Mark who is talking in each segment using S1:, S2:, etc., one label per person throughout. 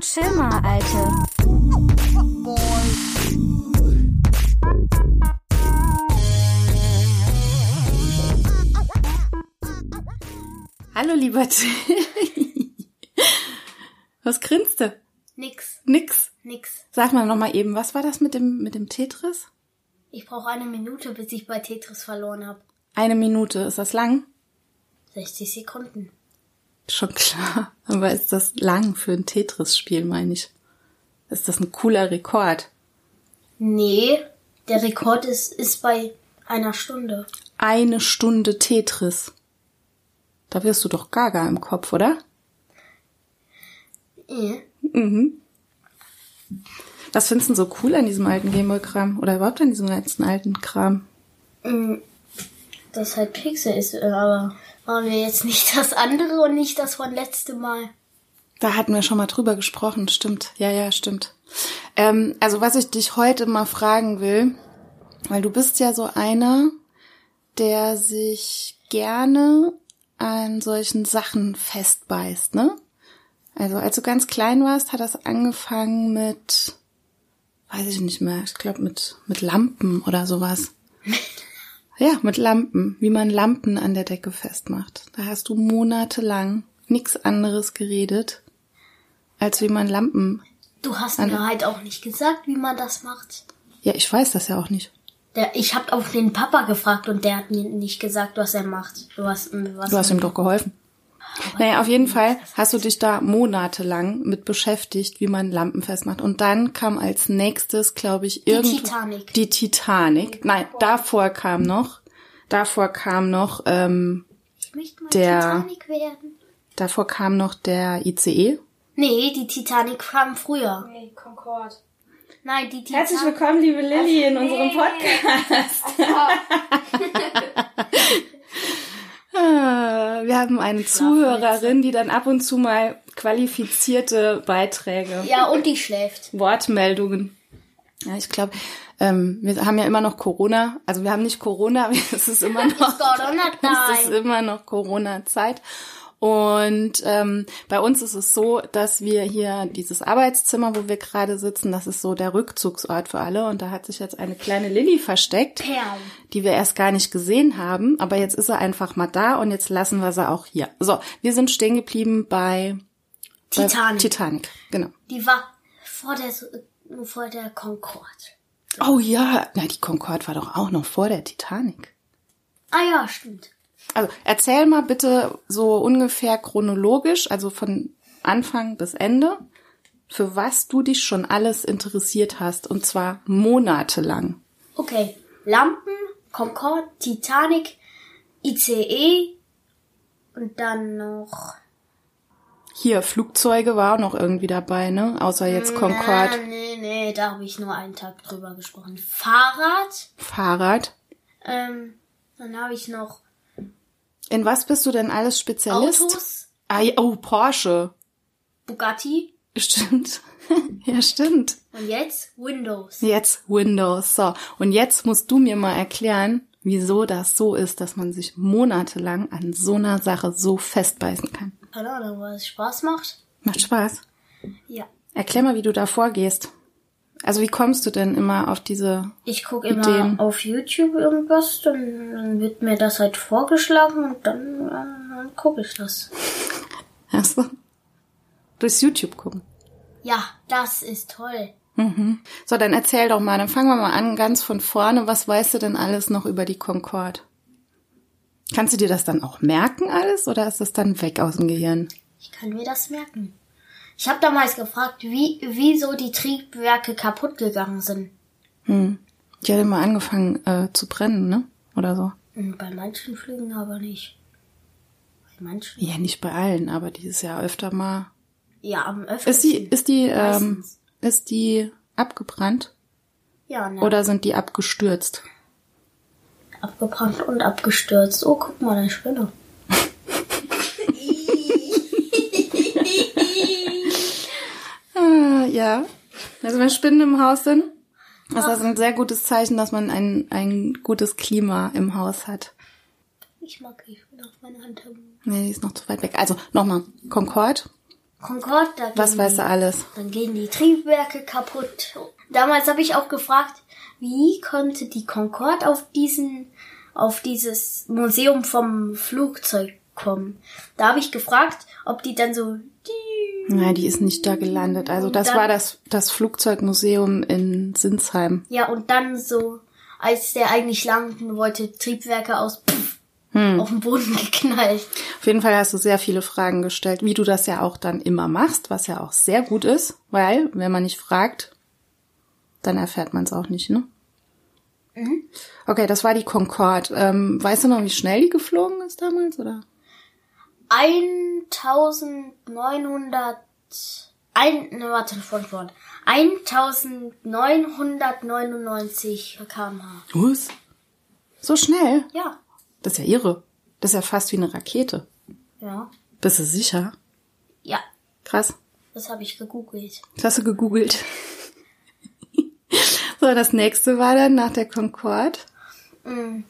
S1: chill mal, Alte.
S2: Hallo, lieber Till. Was grinst du?
S3: Nix,
S2: Nix.
S3: nix.
S2: Sag mal nochmal eben, was war das mit dem, mit dem Tetris?
S3: Ich brauche eine Minute, bis ich bei Tetris verloren habe.
S2: Eine Minute, ist das lang?
S3: 60 Sekunden.
S2: Schon klar. Aber ist das lang für ein Tetris-Spiel, meine ich? Ist das ein cooler Rekord?
S3: Nee, der Rekord ist, ist bei einer Stunde.
S2: Eine Stunde Tetris. Da wirst du doch gaga im Kopf, oder?
S3: Äh.
S2: Mhm. Was findest du denn so cool an diesem alten Gameboy-Kram? Oder überhaupt an diesem ganzen alten Kram?
S3: Mm, Das halt Pixel ist, äh, aber machen wir jetzt nicht das andere und nicht das von letztem Mal.
S2: Da hatten wir schon mal drüber gesprochen, stimmt. Ja, ja, stimmt. Ähm, also was ich dich heute mal fragen will, weil du bist ja so einer, der sich gerne an solchen Sachen festbeißt, ne? Also als du ganz klein warst, hat das angefangen mit, weiß ich nicht mehr, ich glaube mit, mit Lampen oder sowas. Ja, mit Lampen, wie man Lampen an der Decke festmacht. Da hast du monatelang nichts anderes geredet, als wie man Lampen.
S3: Du hast
S2: Hallo.
S3: mir halt auch nicht gesagt, wie man das macht.
S2: Ja, ich weiß das ja auch nicht.
S3: Der, ich hab auch den Papa gefragt und der hat mir nicht gesagt, was er macht. Du hast, mm, was
S2: Du hast ihm doch geholfen. Naja, auf jeden Fall hast du dich da monatelang mit beschäftigt, wie man Lampen festmacht. Und dann kam als nächstes, glaube ich, irgendwie
S3: Titanic.
S2: Die Titanic. Nein, davor kam noch, davor kam noch, ähm,
S3: ich möchte mal
S2: der-
S3: Titanic werden.
S2: davor kam noch der E. ICE.
S3: Nee, die Titanic kam früher.
S4: Nee, Concord.
S3: Nein, die Titanic.
S4: Herzlich willkommen, liebe Lilly, in unserem Podcast.
S2: Ah, Wir haben eine Zuhörerin, die dann ab und zu mal qualifizierte Beiträge,
S3: Ja, und die schläft.
S2: Wortmeldungen. Ja, ich glaube, ähm, wir haben ja immer noch Corona. Also wir haben nicht Corona, es ist immer noch
S3: oh
S2: Es ist äh,
S3: Corona-Time.
S2: immer noch Corona-Zeit. Und ähm, bei uns ist es so, dass wir hier dieses Arbeitszimmer, wo wir gerade sitzen, das ist so der Rückzugsort für alle. Und da hat sich jetzt eine kleine Lilly versteckt,
S3: Perl.
S2: die wir erst gar nicht gesehen haben. Aber jetzt ist sie einfach mal da und jetzt lassen wir sie auch hier. So, wir sind stehen geblieben bei bei
S3: Titanic.
S2: Titanic, genau.
S3: Die war vor der, äh, vor der Concorde.
S2: Oh ja, na die Concorde war doch auch noch vor der Titanic.
S3: Ah ja, stimmt.
S2: Also erzähl mal bitte so ungefähr chronologisch, also von Anfang bis Ende, für was du dich schon alles interessiert hast und zwar monatelang.
S3: Okay. Lampen, Concorde, Titanic, ICE und dann noch.
S2: Hier, Flugzeuge war auch noch irgendwie dabei, ne? Außer jetzt Concorde,
S3: Ah, nee, nee, da habe ich nur einen Tag drüber gesprochen. Fahrrad.
S2: Fahrrad.
S3: Ähm, dann habe ich noch
S2: In was bist du denn alles Spezialist?
S3: Autos,
S2: Ah, ja, oh, Porsche.
S3: Bugatti
S2: Stimmt. ja, stimmt.
S3: und jetzt Windows.
S2: Jetzt Windows. So, und jetzt musst du mir mal erklären, wieso das so ist, dass man sich monatelang an so einer Sache so festbeißen kann.
S3: Keine Ahnung, was es Spaß macht.
S2: Macht Spaß.
S3: Ja.
S2: Erklär mal, wie du da vorgehst. Also wie kommst du denn immer auf diese...
S3: Ich gucke
S2: Mit
S3: immer
S2: dem-
S3: auf YouTube irgendwas, dann, dann wird mir das halt vorgeschlagen und dann, äh, dann gucke ich das.
S2: Achso. Durchs YouTube gucken. Mhm.
S3: Ja, das ist toll.
S2: So, dann erzähl doch mal. Dann fangen wir mal an ganz von vorne. Was weißt du denn alles noch über die Concorde? Kannst du dir das dann auch merken alles oder ist das dann weg aus dem Gehirn?
S3: Ich kann mir das merken. Ich habe damals gefragt, wie wieso die Triebwerke kaputt gegangen sind.
S2: Hm. Die hat immer angefangen äh, zu brennen, ne? Oder so.
S3: Und Hm, bei manchen Flügen aber nicht. Bei manchen.
S2: Ja, nicht bei allen, aber die ist ja öfter mal.
S3: Ja, am öftesten.
S2: Ist die, ist die, ähm,
S3: Meistens.
S2: ist die abgebrannt
S3: ja, ne,
S2: oder sind die abgestürzt?
S3: abgebrannt und abgestürzt. Oh, guck mal, eine Spinne.
S2: Ah, ja. Also wenn Spinnen im Haus sind, ist das ein sehr gutes Zeichen, dass man ein, ein gutes Klima im Haus hat.
S3: Ich mag die Spinne auf meiner Hand haben.
S2: Nee, die ist noch zu weit weg. Also nochmal, Concorde,
S3: Concorde, da gehen,
S2: Was weißt du alles?
S3: dann gehen die Triebwerke kaputt. Damals habe ich auch gefragt, wie konnte die Concorde auf diesen, auf dieses Museum vom Flugzeug kommen? Da habe ich gefragt, ob die dann so, die-
S2: Nein, die ist nicht da gelandet. Also das
S3: dann-
S2: war das, das Flugzeugmuseum in Sinsheim.
S3: ja, und dann so, als der eigentlich landen wollte, Triebwerke aus, pff, auf den Boden geknallt.
S2: Auf jeden Fall hast du sehr viele Fragen gestellt, wie du das ja auch dann immer machst, was ja auch sehr gut ist, weil wenn man nicht fragt, dann erfährt man es auch nicht, ne? Okay, das war die Concorde. Ähm, weißt du noch, wie schnell die geflogen ist damals, oder?
S3: 1900 ein, ne, warte, von vorn. 1999 km/h.
S2: Was? So schnell?
S3: Ja.
S2: Das ist ja irre. Das ist ja fast wie eine Rakete.
S3: Ja.
S2: Bist du sicher?
S3: Ja,
S2: Krass.
S3: das habe ich gegoogelt.
S2: Das hast du gegoogelt. so, das nächste war dann nach der Concorde.
S3: Mm.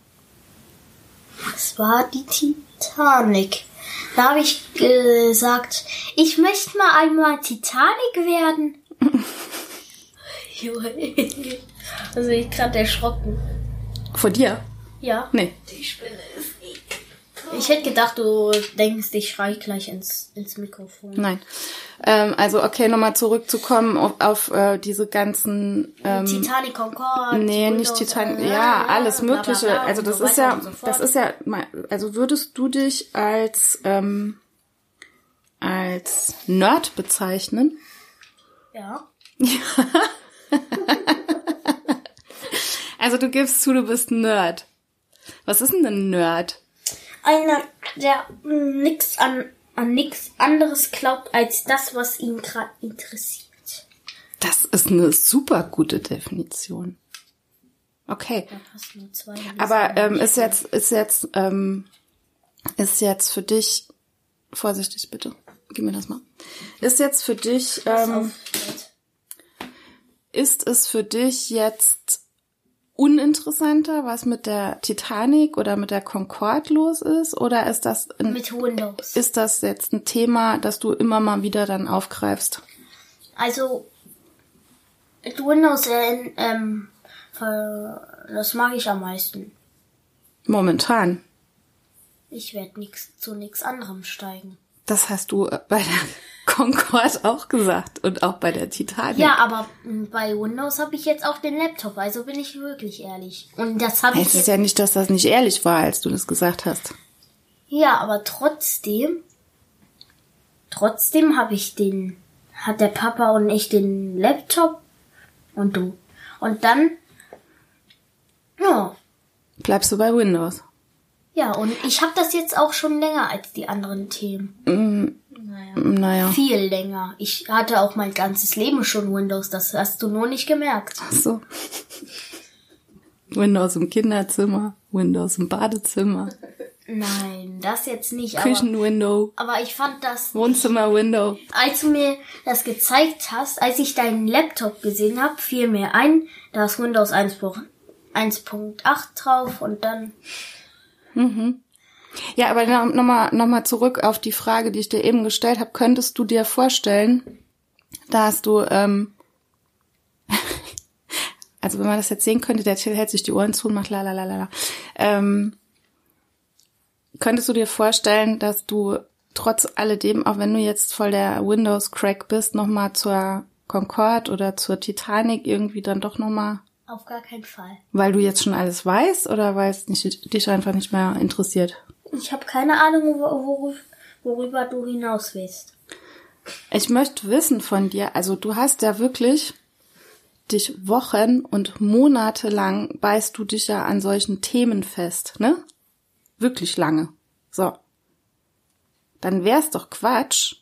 S3: Das war die Titanic. Da habe ich gesagt, ich möchte mal einmal Titanic werden. Junge. also ich gerade erschrocken.
S2: Vor dir?
S3: Ja.
S2: Nee.
S3: Ich hätte gedacht, du denkst, ich schrei gleich ins, ins Mikrofon.
S2: Nein. Ähm, also, okay, nochmal zurückzukommen auf, auf äh, diese ganzen. Ähm,
S3: Titanic Concorde.
S2: Nee,
S3: Bulldozer,
S2: nicht Titanic.
S3: äh,
S2: Ja, alles
S3: bla, bla,
S2: Mögliche.
S3: bla und
S2: also das
S3: so
S2: ist
S3: weiter
S2: ja,
S3: und so fort.
S2: das ist ja, mal- also würdest du dich als ähm, als Nerd bezeichnen?
S3: Ja.
S2: Also du gibst zu, du bist ein Nerd. Was ist denn ein Nerd?
S3: Einer, der mm, nix an, an nix anderes glaubt, als das, was ihn gerade interessiert.
S2: Das ist eine super gute Definition. Okay.
S3: Da passen nur zwei.
S2: Aber ähm, ist jetzt, ist jetzt, ähm, ist jetzt für dich, vorsichtig bitte, gib mir das mal. Ist jetzt für dich, ähm, ist es für dich jetzt uninteressanter, was mit der Titanic oder mit der Concorde los ist? Oder ist das, ein,
S3: Mit Windows.
S2: ist das jetzt ein Thema, das du immer mal wieder dann aufgreifst?
S3: Also, mit Windows, äh, ähm, äh, das mag ich am meisten.
S2: Momentan.
S3: Ich werde nix, zu nix anderem steigen.
S2: Das hast du äh, bei der Concorde auch gesagt und auch bei der Titanic.
S3: Ja, aber mm, bei Windows habe ich jetzt auch den Laptop, also bin ich wirklich ehrlich. Und das habe ich
S2: Es ist
S3: jetzt
S2: ja nicht, dass das nicht ehrlich war, als du das gesagt hast.
S3: Ja, aber trotzdem, trotzdem habe ich den, hat der Papa und ich den Laptop und du. Und dann, ja,
S2: Bleibst du bei Windows?
S3: ja, und ich habe das jetzt auch schon länger als die anderen Themen. Naja.
S2: Naja.
S3: Viel länger. Ich hatte auch mein ganzes Leben schon Windows, das hast du nur nicht gemerkt.
S2: Ach so. Windows im Kinderzimmer, Windows im Badezimmer,
S3: Nein, das jetzt nicht, aber,
S2: Küchenwindow,
S3: aber ich fand das
S2: Wohnzimmerwindow.
S3: Als du mir das gezeigt hast, als ich deinen Laptop gesehen habe, fiel mir ein, da ist Windows 1.8 drauf und dann.
S2: Ja, aber nochmal noch mal zurück auf die Frage, die ich dir eben gestellt habe. Könntest du dir vorstellen, dass du, ähm, also wenn man das jetzt sehen könnte, der Till hält sich die Ohren zu und macht la la la la la. Ähm, Könntest du dir vorstellen, dass du trotz alledem, auch wenn du jetzt voll der Windows-Crack bist, nochmal zur Concorde oder zur Titanic irgendwie dann doch nochmal,
S3: Auf gar keinen Fall.
S2: weil du jetzt schon alles weißt oder weil es nicht, dich einfach nicht mehr interessiert?
S3: Ich habe keine Ahnung, wo- worüber, worüber du hinaus willst.
S2: Ich möchte wissen von dir, also du hast ja wirklich dich Wochen und Monate lang beißt du dich ja an solchen Themen fest, ne? Wirklich lange. So. Dann wär's doch Quatsch,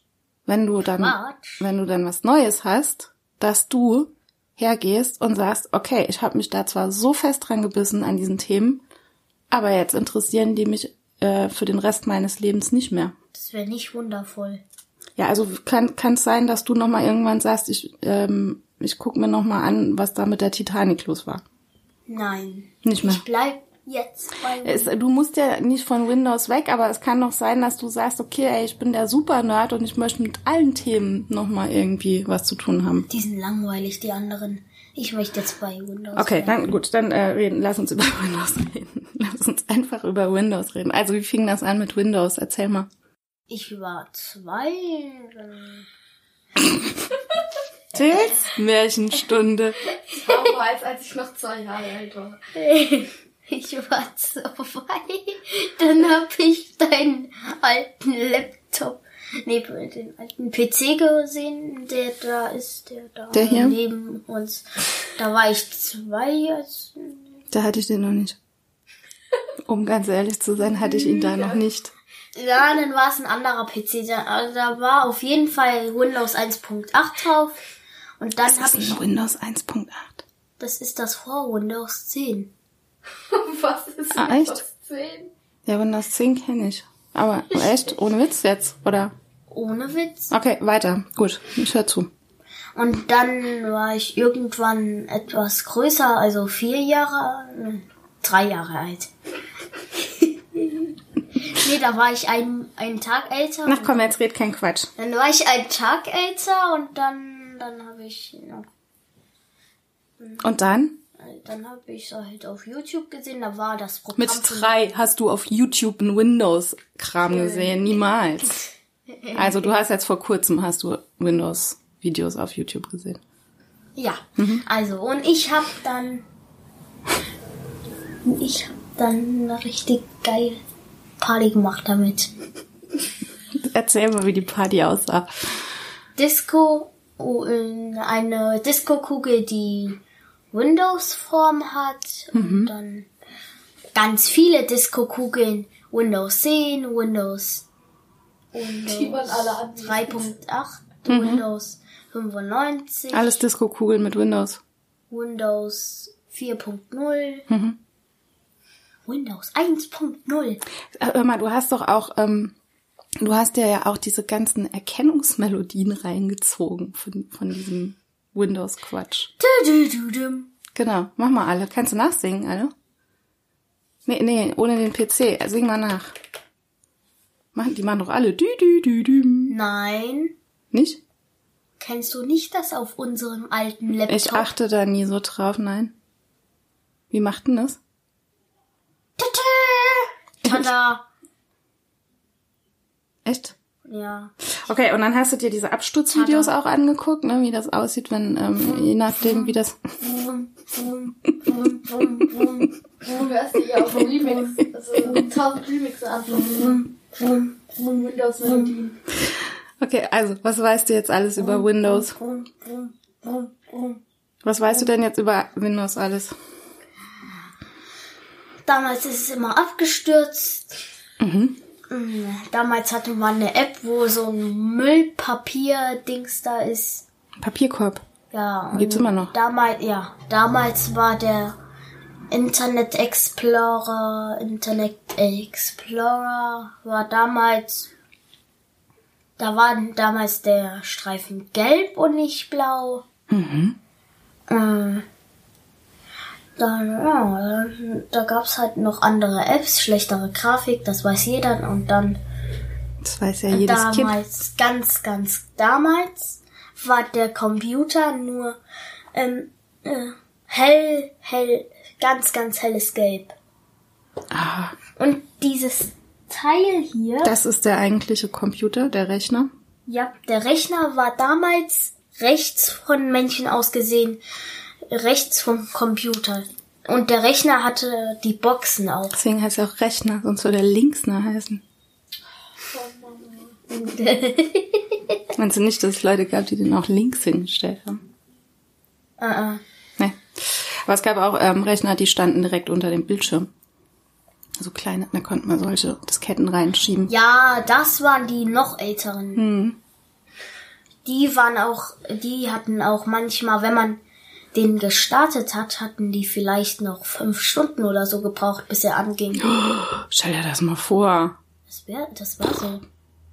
S2: wenn du dann,
S3: Quatsch?
S2: wenn du dann was Neues hast, dass du hergehst und sagst, okay, ich habe mich da zwar so fest dran gebissen an diesen Themen, aber jetzt interessieren die mich äh, für den Rest meines Lebens nicht mehr.
S3: Das wäre nicht wundervoll.
S2: Ja, also kann kann es sein, dass du noch mal irgendwann sagst, ich ähm, ich guck mir noch mal an, was da mit der Titanic los war.
S3: Nein.
S2: Nicht mehr.
S3: Ich bleib Jetzt. Weil
S2: Es, du musst ja nicht von Windows weg, aber es kann doch sein, dass du sagst, okay, ey, ich bin der Super-Nerd und ich möchte mit allen Themen nochmal irgendwie was zu tun haben.
S3: die sind langweilig, die anderen. Ich möchte jetzt bei Windows.
S2: Okay,
S3: bleiben.
S2: dann gut, dann äh, reden. Lass uns über Windows reden. Lass uns einfach über Windows reden. Also wie fing das an mit Windows? Erzähl mal.
S3: Ich war zwei. dann-
S2: Tills Märchenstunde.
S1: Damals, als ich noch zwei Jahre alt war.
S3: Ich war zwei. Dann hab ich deinen alten Laptop. Nee, den alten PC gesehen, der da ist, der da
S2: Der hier?
S3: neben uns. Da war ich zwei, als
S2: Da hatte ich den noch nicht. Um ganz ehrlich zu sein, hatte ich ihn da noch nicht.
S3: Ja, dann war es ein anderer PC. Da, also da war auf jeden Fall Windows 1.8 drauf. Und dann
S2: Das
S3: habe
S2: ist
S3: ich.
S2: ein Windows 1.8.
S3: Das ist das vor Windows 10.
S1: Was ist
S2: Ah,
S1: mit
S2: echt?
S1: das 10?
S2: Ja, Windows 10 kenne ich. Aber echt, ohne Witz jetzt, oder?
S3: Ohne Witz.
S2: Okay, weiter. Gut, ich höre zu.
S3: Und dann war ich irgendwann etwas größer, also vier Jahre, äh, drei Jahre alt. nee, da war ich ein, einen Tag älter.
S2: Ach komm, jetzt red kein Quatsch.
S3: Dann war ich einen Tag älter und dann, dann habe ich ja,
S2: Und dann?
S3: dann habe ich halt auf YouTube gesehen, da war das Programm.
S2: Mit
S3: von-
S2: drei hast du auf YouTube einen Windows-Kram gesehen. Niemals. Also du hast jetzt vor kurzem hast du Windows-Videos auf YouTube gesehen.
S3: Ja, also und ich hab dann, ich hab dann eine richtig geile Party gemacht damit.
S2: Erzähl mal, wie die Party aussah.
S3: Disco, oh, äh, eine Disco-Kugel, die Windows-Form hat und dann ganz viele Disco-Kugeln, Windows 10, Windows,
S1: Die waren alle an.
S3: 3.8, Windows 95,
S2: Alles Disco-Kugeln mit Windows.
S3: Windows 4.0, Windows 1.0.
S2: Äh, Hör mal, du hast doch auch, ähm, du hast ja ja auch diese ganzen Erkennungsmelodien reingezogen von, von diesem Windows-Quatsch.
S3: Tü-tü-tü-tüm.
S2: Genau, mach mal alle. Kannst du nachsingen, alle? Nee, nee, ohne den PC. Sing mal nach. Machen, die machen doch alle. Dü, dü, dü, dü.
S3: Nein,
S2: Nicht?
S3: kennst du nicht das auf unserem alten Laptop?
S2: Ich achte da nie so drauf, nein. Wie macht denn das?
S3: Tü-tü. Tada.
S2: Echt?
S3: Ja.
S2: Okay, und dann hast du dir diese Absturzvideos auch angeguckt, ne, wie das aussieht, wenn, ähm, je nachdem, wie das.
S3: Wum, wum, wum, wum, wum,
S1: Du hörst dich ja auf dem Remix. Also tausend Remixe an von
S3: wum,
S1: Windows-Melodien.
S2: Okay, also, was weißt du jetzt alles über Windows?
S3: wum, wum, wum, wum.
S2: Was weißt du denn jetzt über Windows alles?
S3: Damals ist es immer abgestürzt. Mhm. Damals hatte man eine App, wo so ein Müllpapier-Dings da ist.
S2: Papierkorb.
S3: Ja. und
S2: Gibt's immer noch?
S3: Damals, ja. Damals war der Internet Explorer, Internet Explorer war damals, da war damals der Streifen gelb und nicht blau. Mhm. Äh, dann, ja, dann- da gab's halt noch andere Apps, schlechtere Grafik, das weiß jeder. Und dann
S2: Das weiß ja jedes Kind.
S3: damals, ganz, ganz damals, war der Computer nur ähm, äh, hell, hell, ganz, ganz helles Gelb.
S2: Ah,
S3: Und dieses Teil hier,
S2: das ist der eigentliche Computer, der Rechner.
S3: ja, der Rechner war damals rechts von Männchen aus gesehen, rechts vom Computer. Und der Rechner hatte die Boxen auch.
S2: Deswegen heißt er auch Rechner, sonst würde er Linksner heißen. Meinst du nicht, dass es Leute gab, die den auch links hingestellt haben?
S3: Äh, äh.
S2: Nee. Aber es gab auch ähm, Rechner, die standen direkt unter dem Bildschirm. So kleine, da konnte man solche Disketten reinschieben.
S3: Ja, das waren die noch älteren.
S5: Hm.
S3: Die waren auch, die hatten auch manchmal, wenn man den gestartet hat, hatten die vielleicht noch fünf Stunden oder so gebraucht, bis er anging.
S2: Stell dir das mal vor.
S3: Das, wär, das war so.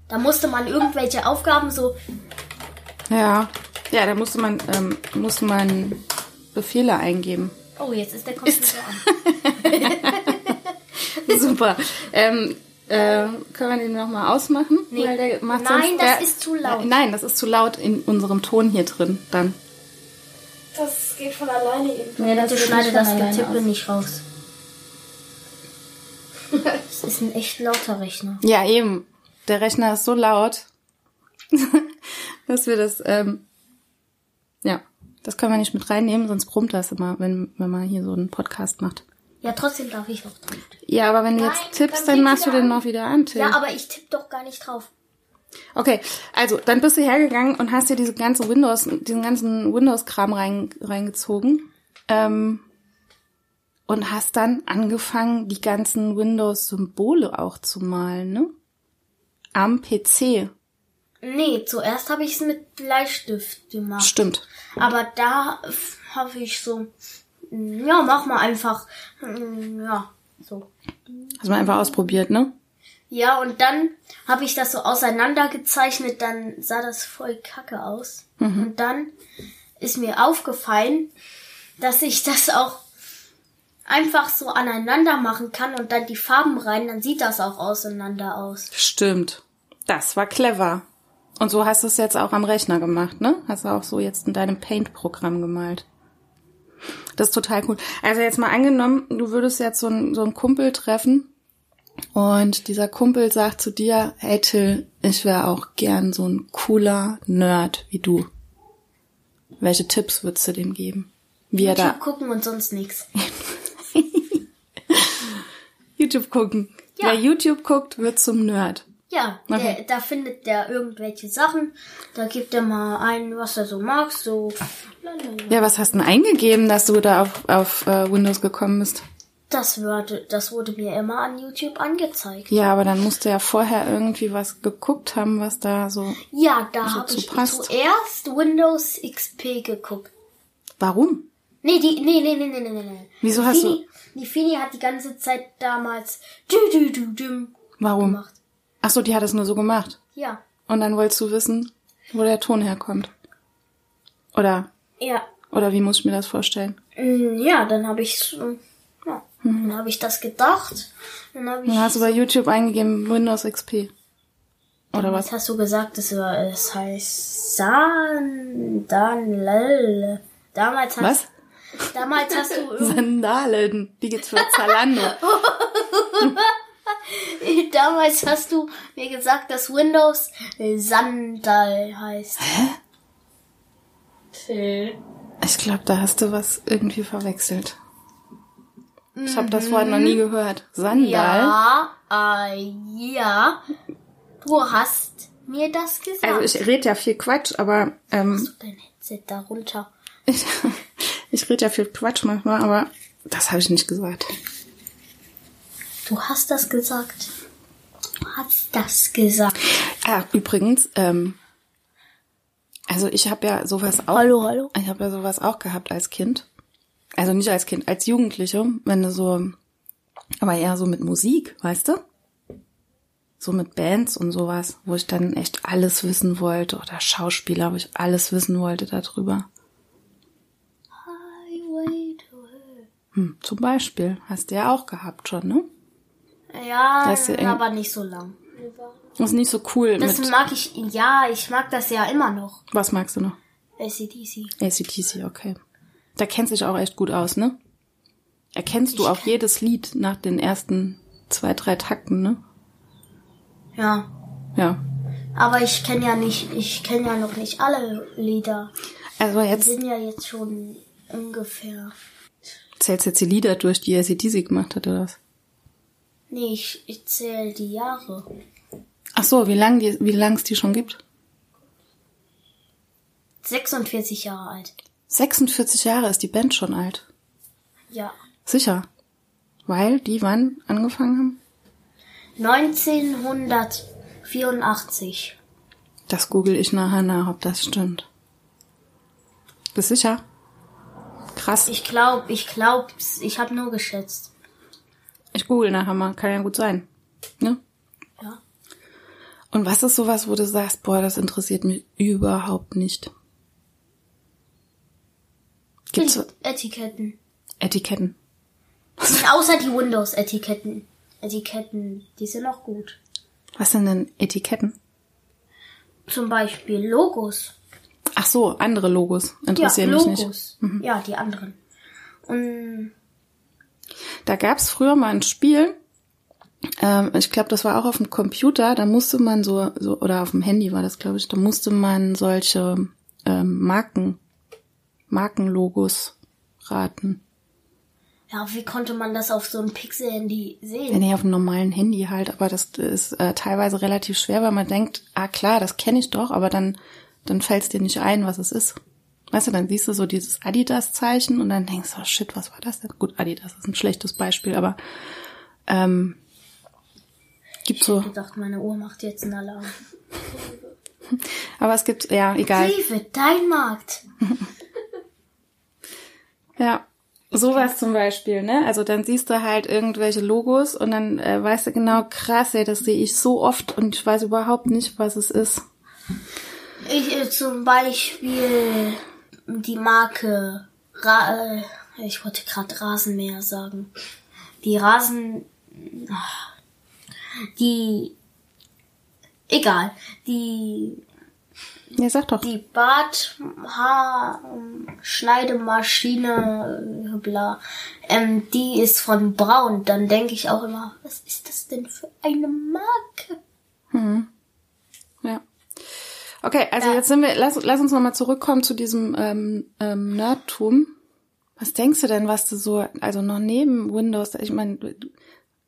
S3: Da musste man irgendwelche Aufgaben so.
S2: Ja. Ja, da musste man, ähm, musste man Befehle eingeben.
S3: Oh, jetzt ist der Computer an.
S2: Super. Ähm, äh, können wir den nochmal ausmachen?
S3: Nee.
S2: Weil der macht
S3: Nein,
S2: sonst,
S3: das
S2: der,
S3: ist zu laut.
S2: Nein, das ist zu laut in unserem Ton hier drin dann.
S1: Das geht von alleine irgendwie.
S5: Nee, das
S3: Bitte
S5: geht
S3: schneide
S5: nicht
S3: das
S5: von alleine
S3: Getippe
S5: aus.
S3: nicht raus. Das ist ein echt lauter Rechner.
S2: Ja, eben. Der Rechner ist so laut, dass wir das, ähm, ja, das können wir nicht mit reinnehmen, sonst brummt das immer, wenn, wenn man hier so einen Podcast macht.
S3: Ja, trotzdem darf ich auch dran.
S2: Ja, aber wenn du jetzt
S1: Nein,
S2: tippst,
S1: dann
S2: dann,
S1: klick
S2: machst du
S1: wieder
S2: den
S1: an.
S2: mal wieder an, Till.
S3: Ja, aber ich tippe doch gar nicht drauf.
S2: Okay, also dann bist du hergegangen und hast dir diese ganze Windows, diesen ganzen Windows-Kram rein, reingezogen ähm, und hast dann angefangen, die ganzen Windows-Symbole auch zu malen, ne? Am PC.
S3: Nee, zuerst habe ich es mit Bleistift gemacht.
S2: Stimmt.
S3: Aber da habe ich so, mm, ja, mach mal einfach, mm, ja, so.
S2: Hast man einfach ausprobiert, ne?
S3: Ja, und dann habe ich das so auseinandergezeichnet, dann sah das voll kacke aus. Und dann ist mir aufgefallen, dass ich das auch einfach so aneinander machen kann und dann die Farben rein, dann sieht das auch auseinander aus.
S2: Stimmt. Das war clever. Und so hast du es jetzt auch am Rechner gemacht, ne? Hast du auch so jetzt in deinem Paint-Programm gemalt. Das ist total cool. Also jetzt mal angenommen, du würdest jetzt so einen, so einen Kumpel treffen und dieser Kumpel sagt zu dir, hey Till, ich wäre auch gern so ein cooler Nerd wie du. Welche Tipps würdest du dem geben? Wie er da
S3: YouTube gucken und sonst nichts.
S2: YouTube gucken.
S3: Ja.
S2: Wer YouTube guckt, wird zum Nerd.
S3: Ja,
S2: Okay.
S3: der, da findet der irgendwelche Sachen. Da gibt er mal ein, was er so mag, so.
S2: Ja, was hast du denn eingegeben, dass du da auf, auf äh, Windows gekommen bist?
S3: Das wurde, das wurde mir immer an YouTube angezeigt.
S2: Ja, aber dann musst du ja vorher irgendwie was geguckt haben, was da so.
S3: Ja, da
S2: Also
S3: habe ich
S2: zupasst.
S3: zuerst Windows XP geguckt.
S2: Warum?
S3: Nee, die, nee, nee, nee, nee, nee, nee, nee.
S2: Wieso
S3: die
S2: hast
S3: Fini, Die Fini hat die ganze Zeit damals dü, dü, dü,
S2: Hm.
S3: düm
S2: Warum?
S3: gemacht.
S2: Ach so, die hat es nur so gemacht.
S3: Ja.
S2: Und dann wolltest du wissen, wo der Ton herkommt. Oder,
S3: Ja.
S2: oder wie muss ich mir das vorstellen?
S3: Mm, Ja, dann habe ich, ja, dann habe ich das gedacht. Dann habe ich.
S2: Hm. Dann hast du bei YouTube eingegeben Windows XP. Oder was?
S3: Was hast du gesagt? Das war, es heißt San, Dan, Lel. Damals hast,
S2: Was?
S3: damals hast du, irgend-
S2: Sandalen. Die gibt's für Zalando.
S3: damals hast du mir gesagt, dass Windows Sandal heißt.
S4: Till.
S2: Ich glaube, da hast du was irgendwie verwechselt. Ich habe das vorher noch nie gehört. Sandal?
S3: Mhm. Ja, äh, ja. Du hast mir das gesagt.
S2: Also ich rede ja viel Quatsch, aber ähm,
S3: Dein Headset darunter.
S2: ich, ich rede ja viel Quatsch manchmal, aber das habe ich nicht gesagt.
S3: Du hast das gesagt. Du hast das gesagt.
S2: Ah, übrigens, ähm, also ich habe ja sowas auch.
S3: Hallo, hallo.
S2: Ich habe ja sowas auch gehabt als Kind. Also nicht als Kind, als Jugendliche, wenn du so, aber eher so mit Musik, weißt du? So mit Bands und sowas, wo ich dann echt alles wissen wollte oder Schauspieler, wo ich alles wissen wollte darüber.
S3: Highway to
S2: Hm, zum Beispiel hast du ja auch gehabt schon, ne?
S3: Hell. Ja,
S2: Das ist ja eng-
S3: aber nicht so lang.
S2: Ist nicht so cool
S3: Das
S2: mit.
S3: mag ich, ja, ich mag das ja immer noch.
S2: Was magst du noch?
S3: ACDC.
S2: ACDC, okay. Da kennst du dich auch echt gut aus, ne? Erkennst du auch jedes Lied nach den ersten zwei, drei Takten, ne?
S3: Ja.
S2: Ja.
S3: Aber ich kenne ja nicht, ich kenne ja noch nicht alle Lieder.
S2: Also
S3: Die
S2: jetzt
S3: sind ja jetzt schon ungefähr.
S2: zählst du jetzt die Lieder durch, die ACDC gemacht hat, oder was?
S3: Nee, ich, ich zähle die Jahre.
S2: Ach so, wie lang die, wie lang es die schon gibt?
S3: 46 Jahre alt.
S2: 46 Jahre ist die Band schon alt.
S3: Ja.
S2: Sicher. Weil die wann angefangen haben?
S3: 1984.
S2: Das google ich nachher nach, ob das stimmt. Bist sicher? Krass.
S3: Ich glaub, ich glaub's. Ich hab nur geschätzt.
S2: Ich google nachher mal, kann ja gut sein. Ne?
S3: Ja.
S2: Und was ist sowas, wo du sagst, boah, das interessiert mich überhaupt nicht? Gibt's
S3: Etiketten.
S2: Etiketten?
S3: Außer die Windows-Etiketten. Etiketten, die sind auch gut.
S2: Was sind denn Etiketten?
S3: Zum Beispiel Logos.
S2: Ach so, andere Logos
S3: Ja,
S2: interessieren mich nicht. Mhm.
S3: Logos. Ja, die anderen. Und
S2: Da gab's früher mal ein Spiel, ähm, ich glaube, das war auch auf dem Computer, da musste man so, so oder auf dem Handy war das, glaube ich, da musste man solche ähm, Marken, Markenlogos raten.
S3: ja, wie konnte man das auf so einem Pixel-Handy sehen?
S2: Ja, nee, auf einem normalen Handy halt, aber das ist äh, teilweise relativ schwer, weil man denkt, ah klar, das kenne ich doch, aber dann, dann fällt es dir nicht ein, was es ist. Weißt du, dann siehst du so dieses Adidas-Zeichen und dann denkst du, oh shit, was war das denn? Gut, Adidas ist ein schlechtes Beispiel, aber ähm, gibt so.
S3: Ich hab gedacht, meine Uhr macht jetzt einen Alarm.
S2: Aber es gibt, ja, egal.
S3: David, dein Markt.
S2: Ja. Sowas zum Beispiel, ne? Also dann siehst du halt irgendwelche Logos und dann äh, weißt du genau, krass, ey, das sehe ich so oft und ich weiß überhaupt nicht, was es ist.
S3: Ich äh, zum Beispiel die Marke Ra äh, ich wollte gerade Rasenmäher sagen. Die Rasen ah, die egal, die
S2: Ja, sag doch.
S3: die Barthaarschneidemaschine äh, bla ähm, die ist von Braun, dann denke ich auch immer, was ist das denn für eine Marke?
S2: Ja. Okay, also jetzt sind wir, lass, lass uns nochmal zurückkommen zu diesem ähm, ähm, Nerdtum. Was denkst du denn, was du so, also noch neben Windows, ich meine,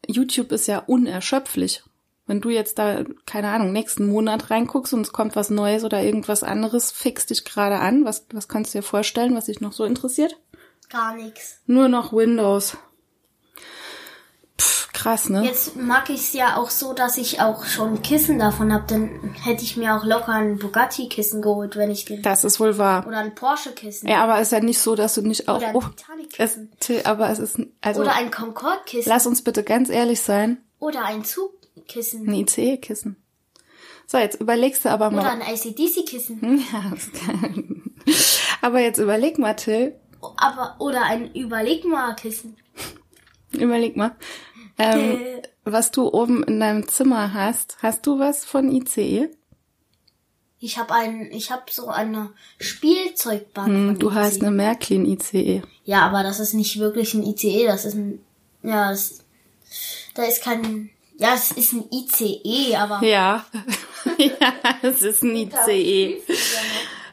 S2: YouTube ist ja unerschöpflich. Wenn du jetzt da, keine Ahnung, nächsten Monat reinguckst und es kommt was Neues oder irgendwas anderes, fixt dich gerade an. Was, was kannst du dir vorstellen, was dich noch so interessiert?
S3: Gar nichts.
S2: Nur noch Windows. Pff, krass, ne?
S3: Jetzt mag ich es ja auch so, dass ich auch schon Kissen davon hab. Dann hätte ich mir auch locker ein Bugatti-Kissen geholt, wenn ich den.
S2: Das ist wohl wahr.
S3: Oder ein Porsche-Kissen.
S2: Ja, aber es ist ja nicht so, dass du nicht auch.
S3: Oder ein
S2: oh, es,
S3: Titanic-Kissen.
S2: Till, aber es ist. Also,
S3: Oder ein Concorde-Kissen.
S2: lass uns bitte ganz ehrlich sein.
S3: Oder ein Zugkissen.
S2: Ein ICE-Kissen. So, jetzt überlegst du aber
S3: Oder
S2: mal.
S3: ein ACDC-Kissen.
S2: Ja, das kann- aber jetzt überleg mal, Till.
S3: Aber, oder ein Überlegma-Kissen.
S2: Überleg mal. Ähm,
S3: Till.
S2: was du oben in deinem Zimmer hast. Hast du was von E? ICE?
S3: Ich habe ein, ich habe so eine Spielzeugbahn.
S2: Hm,
S3: von E.
S2: du
S3: ICE.
S2: hast eine Märklin-ICE.
S3: Ja, aber das ist nicht wirklich ein ICE, das ist ein, ja, das, da ist kein, ja, es ist ein ICE, aber.
S2: Ja. ja, es ist ein ICE.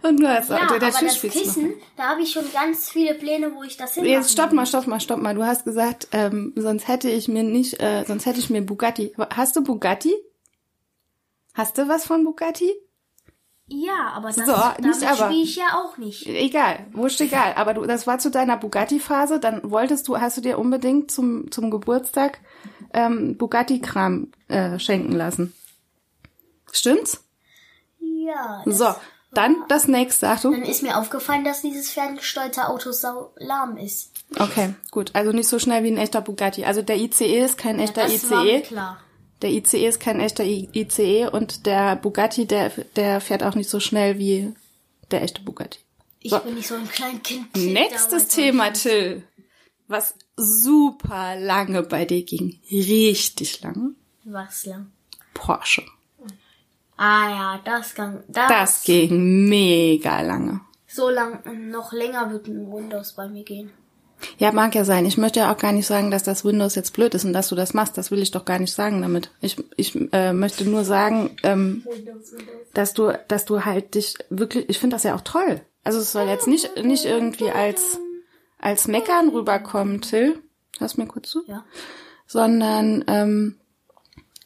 S2: Und du hast
S3: Ja,
S2: auch,
S3: aber
S2: natürlich
S3: das
S2: spielst du noch.
S3: Kissen, da habe ich schon ganz viele Pläne, wo ich das hin
S2: Jetzt stopp mal, stopp mal, stopp mal. Du hast gesagt, ähm, sonst hätte ich mir nicht, äh, sonst hätte ich mir Bugatti. Hast du Bugatti? Hast du was von Bugatti?
S3: Ja, aber das,
S2: So,
S3: damit
S2: nicht aber.
S3: spiele ich ja auch nicht.
S2: Egal, wurscht egal. Aber du, das war zu deiner Bugatti-Phase. Dann wolltest du, hast du dir unbedingt zum zum Geburtstag ähm, Bugatti-Kram äh, schenken lassen. Stimmt's?
S3: Ja. das-
S2: So, dann das nächste. Achtung.
S3: Dann ist mir aufgefallen, dass dieses ferngesteuerte Auto sau lahm ist.
S2: Okay, gut. Also nicht so schnell wie ein echter Bugatti. Also der ICE ist kein echter E.
S3: das
S2: ICE.
S3: war mir klar.
S2: Der ICE ist kein echter I- ICE und der Bugatti, der, der fährt auch nicht so schnell wie der echte Bugatti.
S3: Ich
S2: So.
S3: bin nicht so ein Kleinkind.
S2: Nächstes
S3: Damals
S2: Thema, Till. Was super lange bei dir ging. Richtig lange.
S3: war's lang.
S2: Porsche.
S3: Ah ja, das ging. Das,
S2: Das ging mega lange.
S3: So lang, mm, noch länger wird ein Windows bei mir gehen.
S2: Ja, mag ja sein. Ich möchte ja auch gar nicht sagen, dass das Windows jetzt blöd ist und dass du das machst. Das will ich doch gar nicht sagen damit. Ich, ich äh, möchte nur sagen, ähm, dass du, dass du halt dich wirklich. Ich finde das ja auch toll. Also es soll jetzt nicht nicht irgendwie als als meckern rüberkommen, Till. Hörst mir kurz zu?
S3: Ja.
S2: Sondern ähm,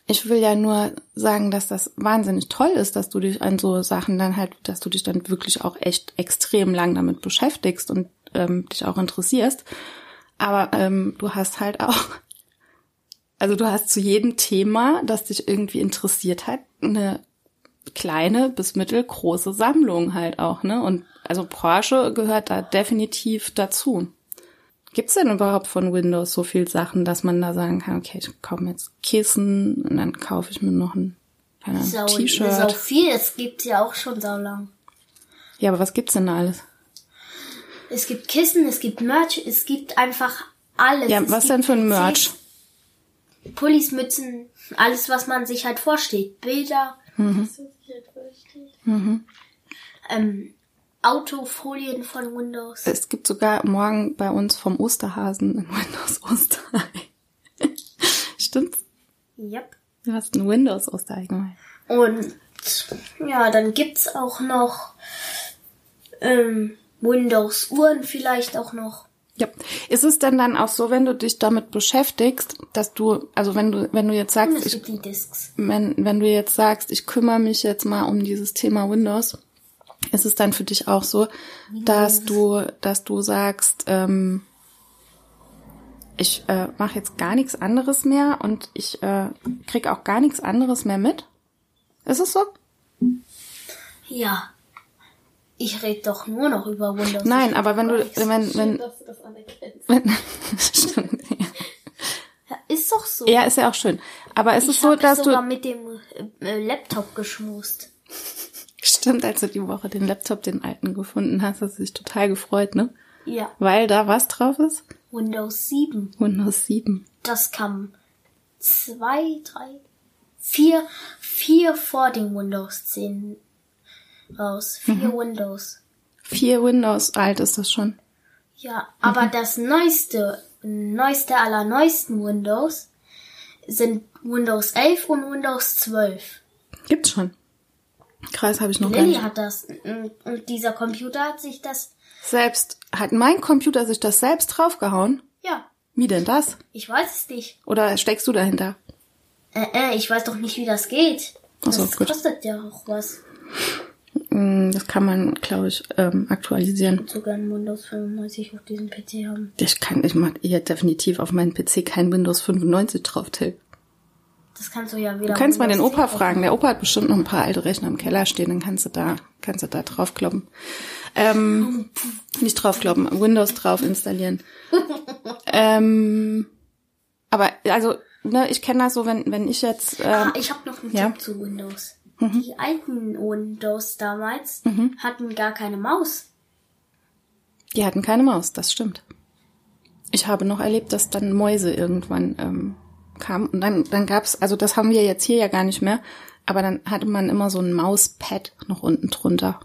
S2: ich will ja nur sagen, dass das wahnsinnig toll ist, dass du dich an so Sachen dann halt, dass du dich dann wirklich auch echt extrem lang damit beschäftigst und ähm, dich auch interessierst. Aber ähm, du hast halt auch, also du hast zu jedem Thema, das dich irgendwie interessiert hat, eine kleine bis mittelgroße Sammlung halt auch, ne? Und also Porsche gehört da definitiv dazu. Gibt's denn überhaupt von Windows so viel Sachen, dass man da sagen kann, okay, ich kaufe mir jetzt Kissen und dann kaufe ich mir noch ein keine Ahnung,
S3: Sau, sau
S2: T-Shirt.
S3: viel, es gibt ja auch schon sau lang.
S2: Ja, aber was gibt's denn da alles?
S3: Es gibt Kissen, es gibt Merch, es gibt einfach alles.
S2: Ja,
S3: es
S2: was
S3: gibt
S2: denn für ein Merch?
S3: CDs. Pullis, Mützen, alles, was man sich halt vorstellt. Bilder,
S2: Mhm.
S1: Das ist jetzt richtig.
S3: ähm, Autofolien von Windows.
S2: Es gibt sogar morgen bei uns vom Osterhasen ein Windows Osterei. Stimmt's?
S3: Yep.
S2: Du hast ein Windows Osterei gemeint.
S3: Und ja, dann gibt's auch noch ähm, Windows-Uhren vielleicht auch noch.
S2: Ja. Ist es denn dann auch so, wenn du dich damit beschäftigst, dass du, also wenn du, wenn du jetzt
S3: Und
S2: sagst,
S3: es
S2: ich
S3: gibt die Discs.
S2: wenn, wenn du jetzt sagst, ich kümmere mich jetzt mal um dieses Thema Windows, ist es dann für dich auch so, dass du, dass du sagst, ähm, ich äh, mache jetzt gar nichts anderes mehr und ich äh, krieg auch gar nichts anderes mehr mit? Ist es so?
S3: Ja. Ich rede doch nur noch über Windows.
S2: Nein, aber wenn du, wenn,
S1: Schön,
S2: wenn,
S1: dass du das anerkennst.
S2: wenn stimmt.
S3: Ja, ist doch so.
S2: Ja, ist ja auch schön. Aber ist
S3: ich
S2: es so,
S3: hab
S2: dass
S3: sogar
S2: du,
S3: mit dem äh, Laptop geschmust.
S2: stimmt, als du die Woche den Laptop, den alten gefunden hast, hast du dich total gefreut, ne?
S3: Ja,
S2: Weil da was drauf ist?
S3: Windows 7.
S2: Windows 7.
S3: Das kam zwei, drei, vier, vier vor dem Windows 10 raus. Vier
S2: Mhm.
S3: Windows.
S2: Vier Windows alt ist das schon.
S3: Ja, aber
S2: Mhm.
S3: das neueste, neueste aller neuesten Windows sind Windows 11 und Windows 12.
S2: Gibt's schon. Krass, habe ich noch
S3: Lilly
S2: gar nicht.
S3: hat das und und dieser Computer hat sich das,
S2: Selbst, hat mein Computer sich das selbst draufgehauen?
S3: ja,
S2: Wie denn das?
S3: ich weiß es nicht.
S2: Oder steckst du dahinter?
S3: Äh, äh, ich weiß doch nicht, wie das geht.
S2: Ach so,
S3: das
S2: gut.
S3: kostet ja auch was.
S2: Mm, Das kann man, glaube ich, ähm, aktualisieren.
S3: Sogar ein Windows 95 auf diesem PC haben.
S2: Ich kann, ich mach hier definitiv auf meinem PC kein Windows 95 drauf, Till.
S3: Das kannst du ja wieder.
S2: Du kannst mal den
S3: Windows
S2: Opa
S3: 10
S2: fragen. Der Opa hat bestimmt noch ein paar alte Rechner im Keller stehen. Dann kannst du da, kannst du da draufkloppen. Ähm, nicht draufkloppen, Windows drauf installieren. ähm, aber also, ne, ich kenne das so, wenn wenn ich jetzt äh,
S3: Ah, ich habe noch einen
S2: ja. Mhm.
S3: Tipp zu Windows. Die alten Windows damals hatten gar keine Maus.
S2: die hatten keine Maus, das stimmt. Ich habe noch erlebt, dass dann Mäuse irgendwann ähm, kamen und dann dann gab's, also das haben wir jetzt hier ja gar nicht mehr, aber dann hatte man immer so ein Mauspad noch unten drunter.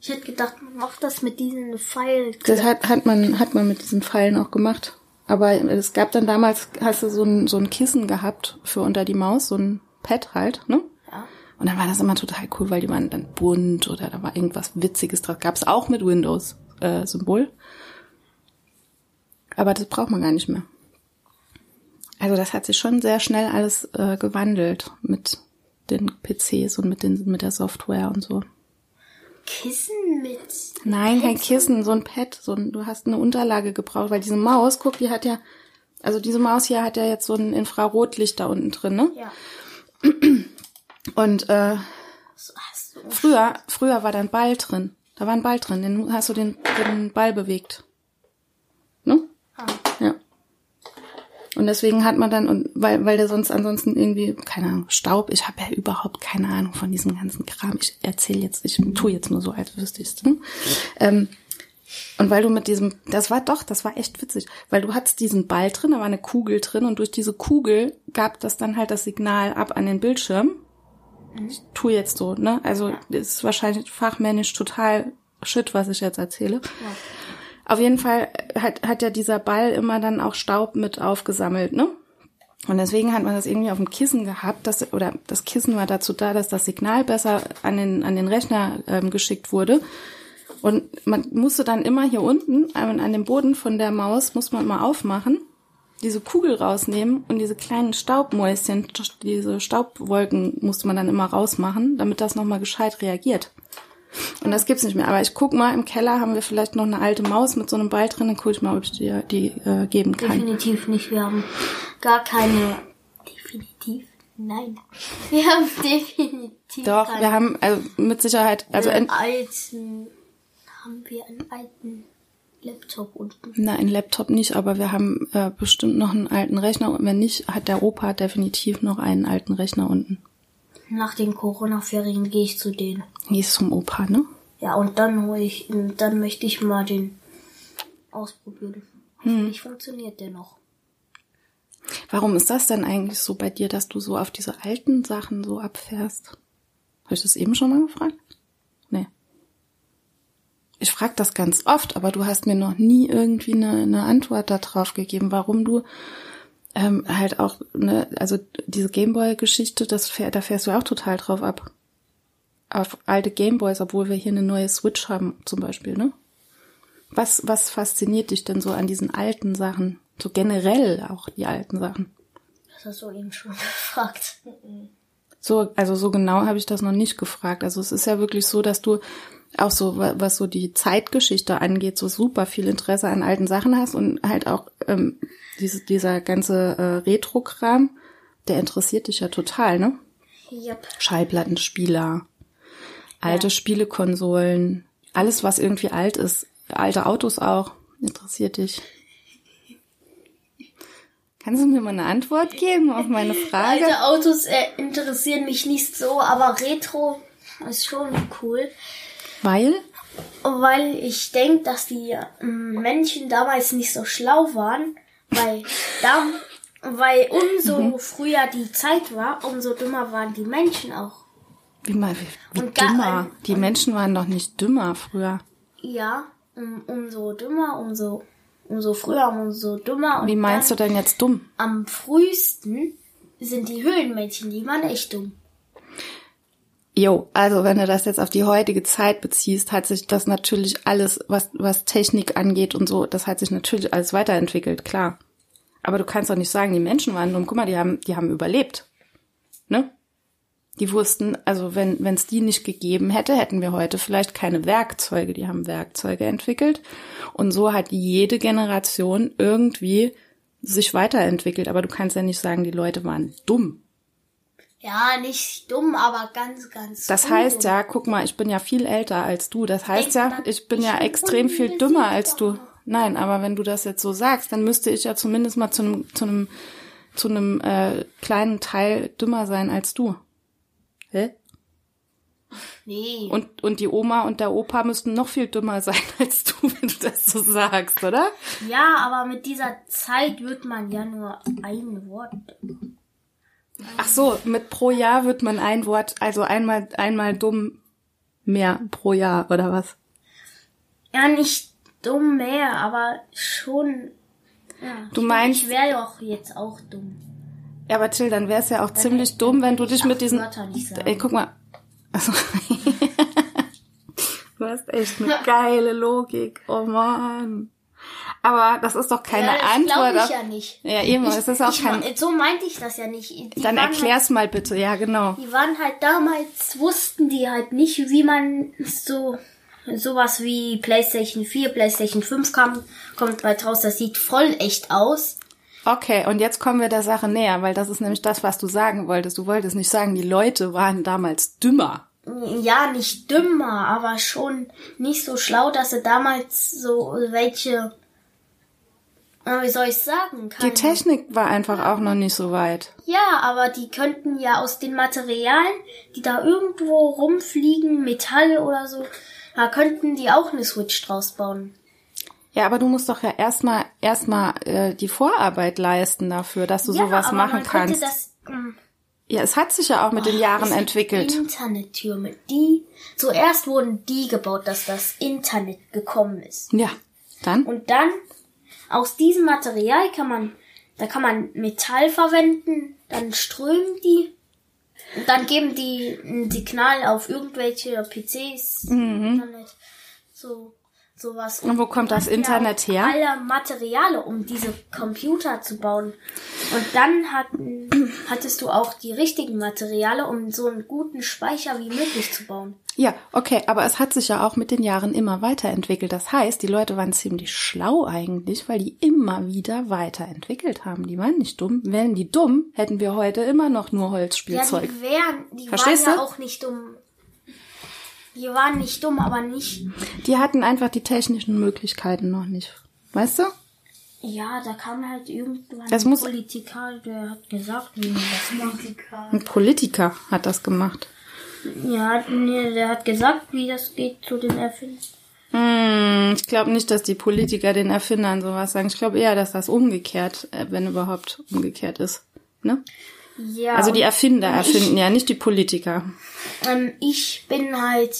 S3: Ich hätte gedacht, man macht das mit diesen Pfeil.
S2: Das hat, hat, man, hat man mit diesen Pfeilen auch gemacht. Aber es gab dann damals, hast du so ein, so ein Kissen gehabt für unter die Maus, so ein Pad halt, ne?
S3: Ja.
S2: Und dann war das immer total cool, weil die waren dann bunt oder da war irgendwas Witziges drauf. Gab es auch mit Windows-Symbol. Aber das braucht man gar nicht mehr. Also das hat sich schon sehr schnell alles äh, gewandelt mit den PCs und mit, den, mit der Software und so.
S3: Kissen mit.
S2: Nein, kein Kissen, so ein Pad. So ein, du hast eine Unterlage gebraucht, weil diese Maus, guck, die hat ja, also diese Maus hier hat ja jetzt so ein Infrarotlicht da unten drin, ne?
S3: Ja.
S2: Und äh,
S3: So hast du.
S2: früher, früher war da ein Ball drin. Da war ein Ball drin, den hast du den, den Ball bewegt. Ne? Ja. Und deswegen hat man dann, und weil, weil der sonst ansonsten irgendwie, keine Ahnung, Staub, ich habe ja überhaupt keine Ahnung von diesem ganzen Kram. Ich erzähle jetzt, ich tu jetzt nur so, als wüsste ich's. Ne? Ähm, und weil du mit diesem, das war doch, das war echt witzig, weil du hattest diesen Ball drin, da war eine Kugel drin und durch diese Kugel gab das dann halt das Signal ab an den Bildschirm. Ich tu jetzt so, ne? Also es ist wahrscheinlich fachmännisch total Shit, was ich jetzt erzähle. Auf jeden Fall hat, hat ja dieser Ball immer dann auch Staub mit aufgesammelt, ne? Und deswegen hat man das irgendwie auf dem Kissen gehabt, dass, oder das Kissen war dazu da, dass das Signal besser an den, an den Rechner ähm, geschickt wurde. Und man musste dann immer hier unten an, an dem Boden von der Maus, muss man mal aufmachen, diese Kugel rausnehmen und diese kleinen Staubmäuschen, diese Staubwolken musste man dann immer rausmachen, damit das nochmal gescheit reagiert. Und das gibt's nicht mehr. Aber ich guck mal, im Keller haben wir vielleicht noch eine alte Maus mit so einem Ball drin, dann guck ich mal, ob ich dir die äh, geben kann.
S3: Definitiv nicht. Wir haben gar keine. Definitiv? Nein. Wir haben definitiv.
S2: Doch,
S3: keine.
S2: wir haben also mit Sicherheit, also
S3: einen
S2: ent-
S3: alten. Haben wir einen alten Laptop unten.
S2: Na, ein Laptop nicht, aber wir haben äh, bestimmt noch einen alten Rechner. Und wenn nicht, hat der Opa definitiv noch einen alten Rechner unten.
S3: Nach den Corona-Ferien gehe ich zu denen.
S2: Nee, ist zum Opa, ne?
S3: Ja, und dann hole ich, dann möchte ich
S2: Hm.
S3: mal den ausprobieren. Hoffentlich funktioniert der noch.
S2: Warum ist das denn eigentlich so bei dir, dass du so auf diese alten Sachen so abfährst? Habe ich das eben schon mal gefragt? Nee. Ich frage das ganz oft, aber du hast mir noch nie irgendwie eine, eine Antwort darauf gegeben, warum du ähm, halt auch, ne, also diese Gameboy-Geschichte, das fähr- da fährst du auch total drauf ab. Auf alte Gameboys, obwohl wir hier eine neue Switch haben, zum Beispiel, ne? Was, was fasziniert dich denn so an diesen alten Sachen? So generell auch die alten Sachen.
S3: Das hast du eben schon gefragt.
S2: So, also so genau habe ich das noch nicht gefragt. Also es ist ja wirklich so, dass du auch so, wa- was so die Zeitgeschichte angeht, so super viel Interesse an alten Sachen hast und halt auch ähm, diese, dieser ganze äh, Retro-Kram, der interessiert dich ja total, ne?
S3: Yep.
S2: Schallplattenspieler, alte Spielekonsolen, alles, was irgendwie alt ist, alte Autos auch, interessiert dich. Kannst du mir mal eine Antwort geben auf meine Frage?
S3: Alte Autos äh, interessieren mich nicht so, aber Retro ist schon cool,
S2: Weil?
S3: weil ich denke, dass die ähm, Menschen damals nicht so schlau waren, weil da, weil
S2: Mhm.
S3: umso früher die Zeit war, umso dümmer waren die Menschen auch.
S2: Wie, mal, wie, wie
S3: Und gar-
S2: dümmer. Die Menschen waren doch nicht dümmer früher.
S3: Ja, um, umso dümmer, umso umso früher, umso dümmer. Und
S2: Wie meinst du denn jetzt dumm?
S3: Am frühesten sind die Höhlenmädchen, die waren echt dumm.
S2: Jo, also wenn du das jetzt auf die heutige Zeit beziehst, hat sich das natürlich alles, was, was Technik angeht und so, das hat sich natürlich alles weiterentwickelt, klar. Aber du kannst doch nicht sagen, die Menschen waren dumm. Guck mal, die haben, die haben überlebt. Ne? Die wussten, also wenn es die nicht gegeben hätte, hätten wir heute vielleicht keine Werkzeuge. Die haben Werkzeuge entwickelt. Und so hat jede Generation irgendwie sich weiterentwickelt. Aber du kannst ja nicht sagen, die Leute waren dumm.
S3: Ja, nicht dumm, aber ganz, ganz.
S2: Das
S3: undumm.
S2: heißt ja, guck mal, ich bin ja viel älter als du. Das heißt
S3: Denk
S2: ja,
S3: dran,
S2: ich bin ja
S3: bin
S2: extrem viel
S3: unbesiegbar.
S2: dümmer als du. Nein, aber wenn du das jetzt so sagst, dann müsste ich ja zumindest mal zu einem zu einem zu einem äh, kleinen Teil dümmer sein als du. Hä?
S3: Nee.
S2: Und und die Oma und der Opa müssten noch viel dümmer sein als du, wenn du das so sagst, oder?
S3: ja, aber mit dieser Zeit wird man ja nur ein Wort.
S2: Ach so, mit pro Jahr wird man ein Wort, also einmal einmal dumm mehr pro Jahr oder was?
S3: Ja, nicht dumm mehr, aber schon. Ja,
S2: Du meinst-
S3: Ich wäre doch jetzt auch dumm.
S2: Ja, aber Till, dann wär's ja auch ziemlich dumm, wenn du dich mit diesen.
S3: Wörter nicht sagen.
S2: Ey, guck mal. Also, du hast echt eine geile Logik. Oh man. Aber das ist doch keine
S3: ja, das
S2: Antwort.
S3: glaub
S2: auf-
S3: ich ja nicht.
S2: ja eben, es ist auch
S3: ich,
S2: kein.
S3: mein- so meinte ich das ja nicht. Die
S2: dann
S3: waren halt-
S2: erklär's mal bitte. Ja, genau.
S3: Die waren halt damals, wussten die halt nicht, wie man so sowas wie PlayStation 4, PlayStation 5 kam, kommt bald raus, das sieht voll echt aus.
S2: Okay, und jetzt kommen wir der Sache näher, weil das ist nämlich das, was du sagen wolltest. Du wolltest nicht sagen, die Leute waren damals dümmer.
S3: Ja, nicht dümmer, aber schon nicht so schlau, dass sie damals so welche, äh, wie soll ich sagen,
S2: Die
S3: keine.
S2: Technik war einfach auch noch nicht so weit.
S3: Ja, aber die könnten ja aus den Materialien, die da irgendwo rumfliegen, Metall oder so, da könnten die auch eine Switch draus bauen.
S2: Ja, aber du musst doch ja erstmal erstmal äh, die Vorarbeit leisten dafür, dass du sowas
S3: aber
S2: machen
S3: man könnte
S2: kannst.
S3: Das, mm, mh,
S2: ja, es hat sich ja auch mit den Jahren
S3: es gibt
S2: entwickelt.
S3: Internettürme, die zuerst wurden die gebaut, dass das Internet gekommen ist.
S2: Ja, dann?
S3: Und dann aus diesem Material kann man, da kann man Metall verwenden, dann strömen die und dann geben die ein Signal auf irgendwelche PCs, Internet, so sowas.
S2: Mhm. Und wo kommt das
S3: Ja,
S2: Internet her?
S3: Alle Materiale, um diese Computer zu bauen. Und dann hatten, hattest du auch die richtigen Materiale, um so einen guten Speicher wie möglich zu bauen.
S2: Ja, okay, aber es hat sich ja auch mit den Jahren immer weiterentwickelt. Das heißt, die Leute waren ziemlich schlau eigentlich, weil die immer wieder weiterentwickelt haben. Die waren nicht dumm. Wären die dumm, hätten wir heute immer noch nur
S3: Ja,
S2: Holzspielzeug.
S3: die wären, die
S2: Verstehst
S3: waren
S2: du?
S3: ja auch nicht dumm. Die waren nicht dumm, aber nicht.
S2: die hatten einfach die technischen Möglichkeiten noch nicht. Weißt du?
S3: Ja, da kam halt irgendwann
S2: Das
S3: ein
S2: muss-
S3: Politiker, der hat gesagt, wie man das macht.
S2: Ein Politiker hat das gemacht.
S3: Ja, nee, der hat gesagt, wie das geht zu den Erfindern.
S2: Mhm. Hm, ich glaube nicht, dass die Politiker den Erfindern sowas sagen. Ich glaube eher, dass das umgekehrt, äh, wenn überhaupt umgekehrt ist. Ne?
S3: Ja.
S2: Also die
S3: und,
S2: Erfinder erfinden ja, nicht die Politiker.
S3: ähm, ich bin halt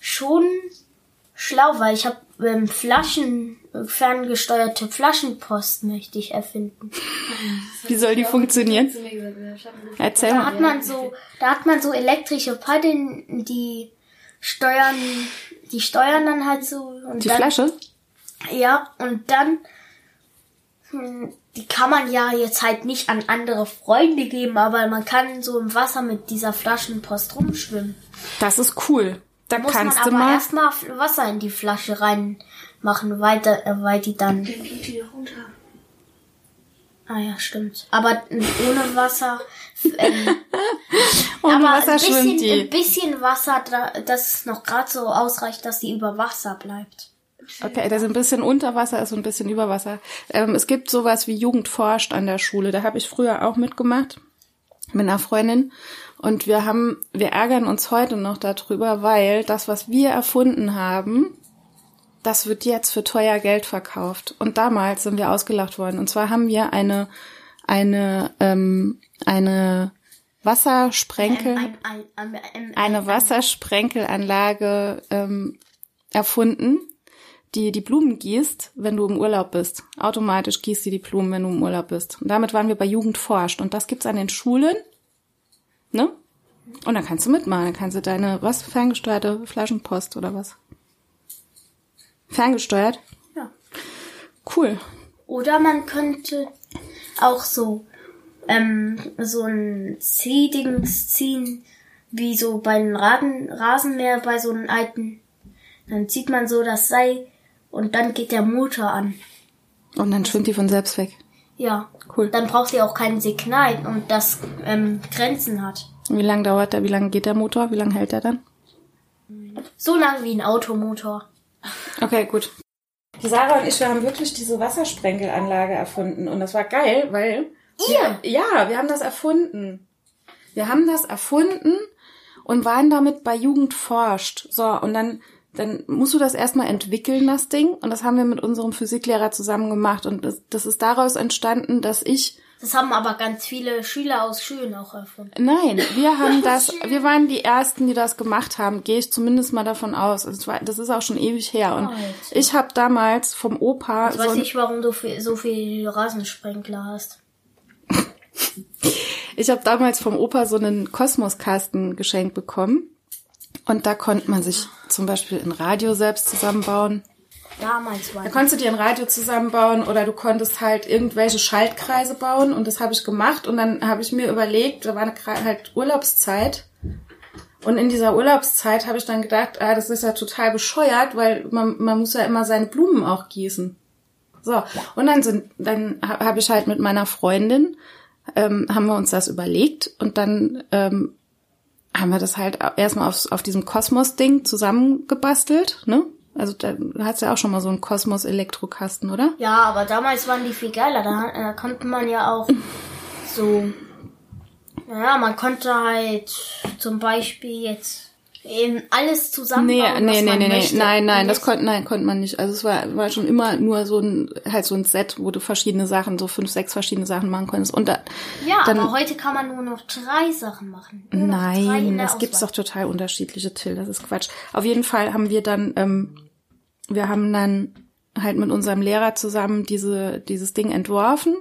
S3: schon schlau, weil ich habe ähm, Flaschen, äh, ferngesteuerte Flaschenpost möchte ich erfinden.
S2: Wie soll die funktionieren?
S1: Zu mir gesagt, ja, schaffen wir.
S2: Erzähl
S3: Da
S2: mal.
S3: hat man so, da hat man so elektrische Paddeln, die steuern, die steuern dann halt so. Und
S2: Die
S3: dann,
S2: Flasche?
S3: Ja, und dann, hm, die kann man ja jetzt halt nicht an andere Freunde geben, aber man kann so im Wasser mit dieser Flaschenpost rumschwimmen.
S2: Das ist cool. Da
S3: Muss
S2: kannst
S3: man
S2: du
S3: aber
S2: mal.
S3: erstmal F- Wasser in die Flasche reinmachen, weiter, äh, weil die dann.
S1: Dann geht die da runter.
S3: Ah ja, stimmt. Aber äh, ohne Wasser. äh,
S2: Ohne Oh,
S3: aber
S2: Wasser
S3: ein bisschen,
S2: schwimmt
S3: ein
S2: die.
S3: bisschen Wasser, da- dass es noch gerade so ausreicht, dass sie über Wasser bleibt.
S2: Okay, das ist ein bisschen unter Wasser ist und ein bisschen über Wasser. Ähm, es gibt sowas wie Jugend forscht an der Schule. Da habe ich früher auch mitgemacht mit einer Freundin. Und wir haben, wir ärgern uns heute noch darüber, weil das, was wir erfunden haben, das wird jetzt für teuer Geld verkauft. Und damals sind wir ausgelacht worden. Und zwar haben wir eine, eine, ähm, eine Wassersprenkel.
S3: Ähm, Ein, ein, ein, ein,
S2: eine Wassersprenkelanlage ähm, erfunden, die die Blumen gießt, wenn du im Urlaub bist. Automatisch gießt sie die Blumen, wenn du im Urlaub bist. Und damit waren wir bei Jugend forscht. Und das gibt's an den Schulen, ne? Und dann kannst du mitmachen. Dann kannst du deine, was, ferngesteuerte Flaschenpost oder was? Ferngesteuert?
S3: Ja.
S2: Cool.
S3: Oder man könnte auch so ähm, so ein Seedings ziehen, wie so bei einem Rasen, Rasenmäher bei so einem alten. Dann zieht man so das Seil und dann geht der Motor an.
S2: Und dann schwimmt die von selbst weg.
S3: Ja.
S2: Cool.
S3: Dann braucht ihr auch kein Signal und das ähm, Grenzen hat.
S2: Und wie lange dauert der? Wie lange geht der Motor? Wie lange hält der dann?
S3: So lang wie ein Automotor.
S2: Okay, gut. Die Sarah und ich, wir haben wirklich diese Wassersprenkelanlage erfunden. Und das war geil, weil.
S3: Ihr?
S2: Wir, ja, wir haben das erfunden. Wir haben das erfunden und waren damit bei Jugend forscht. So, und dann, dann musst du das erstmal entwickeln, das Ding. Und das haben wir mit unserem Physiklehrer zusammen gemacht. Und das, das ist daraus entstanden, dass ich
S3: Das haben aber ganz viele Schüler aus Schulen auch erfunden.
S2: Nein, wir haben das, wir waren die ersten, die das gemacht haben, gehe ich zumindest mal davon aus. Und zwar, das ist auch schon ewig her. Und
S3: Alter.
S2: ich habe damals vom Opa
S3: Ich
S2: so
S3: weiß
S2: ein,
S3: nicht, warum du viel, so viel Rasensprenkler hast.
S2: ich habe damals vom Opa so einen Kosmoskasten geschenkt bekommen. Und da konnte man sich zum Beispiel ein Radio selbst zusammenbauen.
S3: Damals war
S2: Da konntest du dir ein Radio zusammenbauen oder du konntest halt irgendwelche Schaltkreise bauen und das habe ich gemacht und dann habe ich mir überlegt, da war eine Kre- halt Urlaubszeit und in dieser Urlaubszeit habe ich dann gedacht, ah, das ist ja total bescheuert, weil man, man muss ja immer seine Blumen auch gießen. So, und dann sind, dann ha- habe ich halt mit meiner Freundin, ähm, haben wir uns das überlegt und dann ähm, haben wir das halt erstmal auf, auf diesem Kosmos-Ding zusammengebastelt, ne? Also da du hast ja auch schon mal so einen Kosmos-Elektrokasten, oder?
S3: Ja, aber damals waren die viel geiler. Da, da äh, konnte man ja auch so. Naja, man konnte halt zum Beispiel jetzt eben alles zusammenbauen. was man möchte.
S2: nein, nein,
S3: Und
S2: das
S3: jetzt-
S2: konnte, nein, konnte man nicht. Also es war, war schon immer nur so ein, halt so ein Set, wo du verschiedene Sachen, so fünf, sechs verschiedene Sachen machen konntest. Und da,
S3: Ja,
S2: dann-
S3: aber heute kann man nur noch drei Sachen machen. Nur noch drei in
S2: Nein,
S3: der
S2: das gibt's
S3: Auswahl.
S2: doch total unterschiedliche Till, das ist Quatsch. Auf jeden Fall haben wir dann, ähm, wir haben dann halt mit unserem Lehrer zusammen diese, dieses Ding entworfen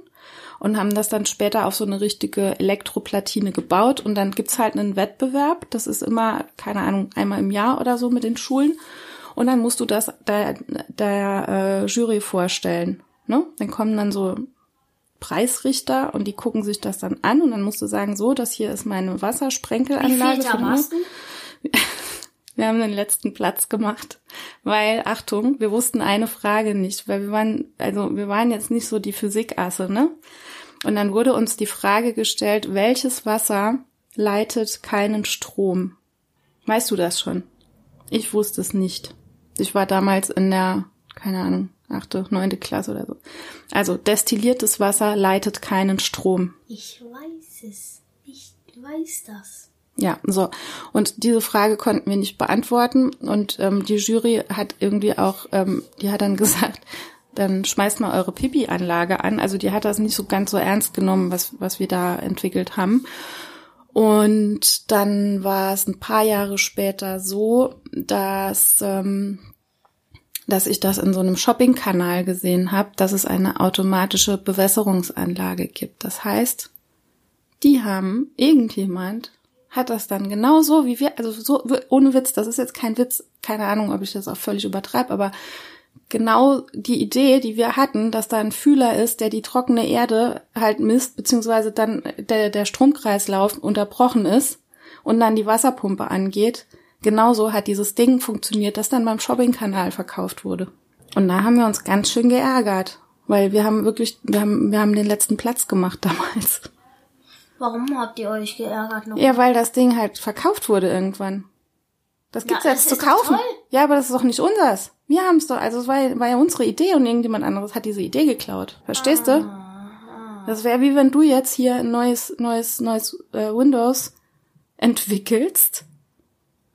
S2: und haben das dann später auf so eine richtige Elektroplatine gebaut. Und dann gibt's halt einen Wettbewerb, das ist immer, keine Ahnung, einmal im Jahr oder so mit den Schulen. Und dann musst du das der, der äh, Jury vorstellen. Ne? Dann kommen dann so Preisrichter und die gucken sich das dann an und dann musst du sagen, so, das hier ist meine
S3: Wie
S2: Wassersprenkelanlage.
S3: viel
S2: für
S3: da
S2: den
S3: warst du?
S2: wir haben den letzten Platz gemacht, weil, Achtung, wir wussten eine Frage nicht, weil wir waren, also wir waren jetzt nicht so die Physikasse, ne? Und dann wurde uns die Frage gestellt, welches Wasser leitet keinen Strom? Weißt du das schon? Ich wusste es nicht. Ich war damals in der, keine Ahnung, achte, neunte Klasse oder so. Also, destilliertes Wasser leitet keinen Strom.
S3: Ich weiß es. Ich weiß das.
S2: Ja, so. Und diese Frage konnten wir nicht beantworten. Und ähm, die Jury hat irgendwie auch, ähm, die hat dann gesagt, dann schmeißt mal eure Pipi-Anlage an. Also die hat das nicht so ganz so ernst genommen, was, was wir da entwickelt haben. Und dann war es ein paar Jahre später so, dass, ähm, dass ich das in so einem Shopping-Kanal gesehen habe, dass es eine automatische Bewässerungsanlage gibt. Das heißt, die haben, irgendjemand hat das dann genauso wie wir, also so, ohne Witz, das ist jetzt kein Witz, keine Ahnung, ob ich das auch völlig übertreibe, aber genau die Idee, die wir hatten, dass da ein Fühler ist, der die trockene Erde halt misst, beziehungsweise dann der, der Stromkreislauf unterbrochen ist und dann die Wasserpumpe angeht. Genauso hat dieses Ding funktioniert, das dann beim Shoppingkanal verkauft wurde. Und da haben wir uns ganz schön geärgert, weil wir haben wirklich, wir haben, wir haben den letzten Platz gemacht damals.
S3: Warum habt ihr euch geärgert noch?
S2: Ja, weil das Ding halt verkauft wurde irgendwann. Das gibt's
S3: Na,
S2: jetzt
S3: das
S2: zu
S3: ist doch
S2: kaufen.
S3: toll.
S2: Ja, aber das ist doch nicht unseres. Wir haben's doch, also es war, ja- war ja unsere Idee und irgendjemand anderes hat diese Idee geklaut. Verstehst
S3: Ah.
S2: du? Das wäre wie wenn du jetzt hier ein neues, neues, neues äh, Windows entwickelst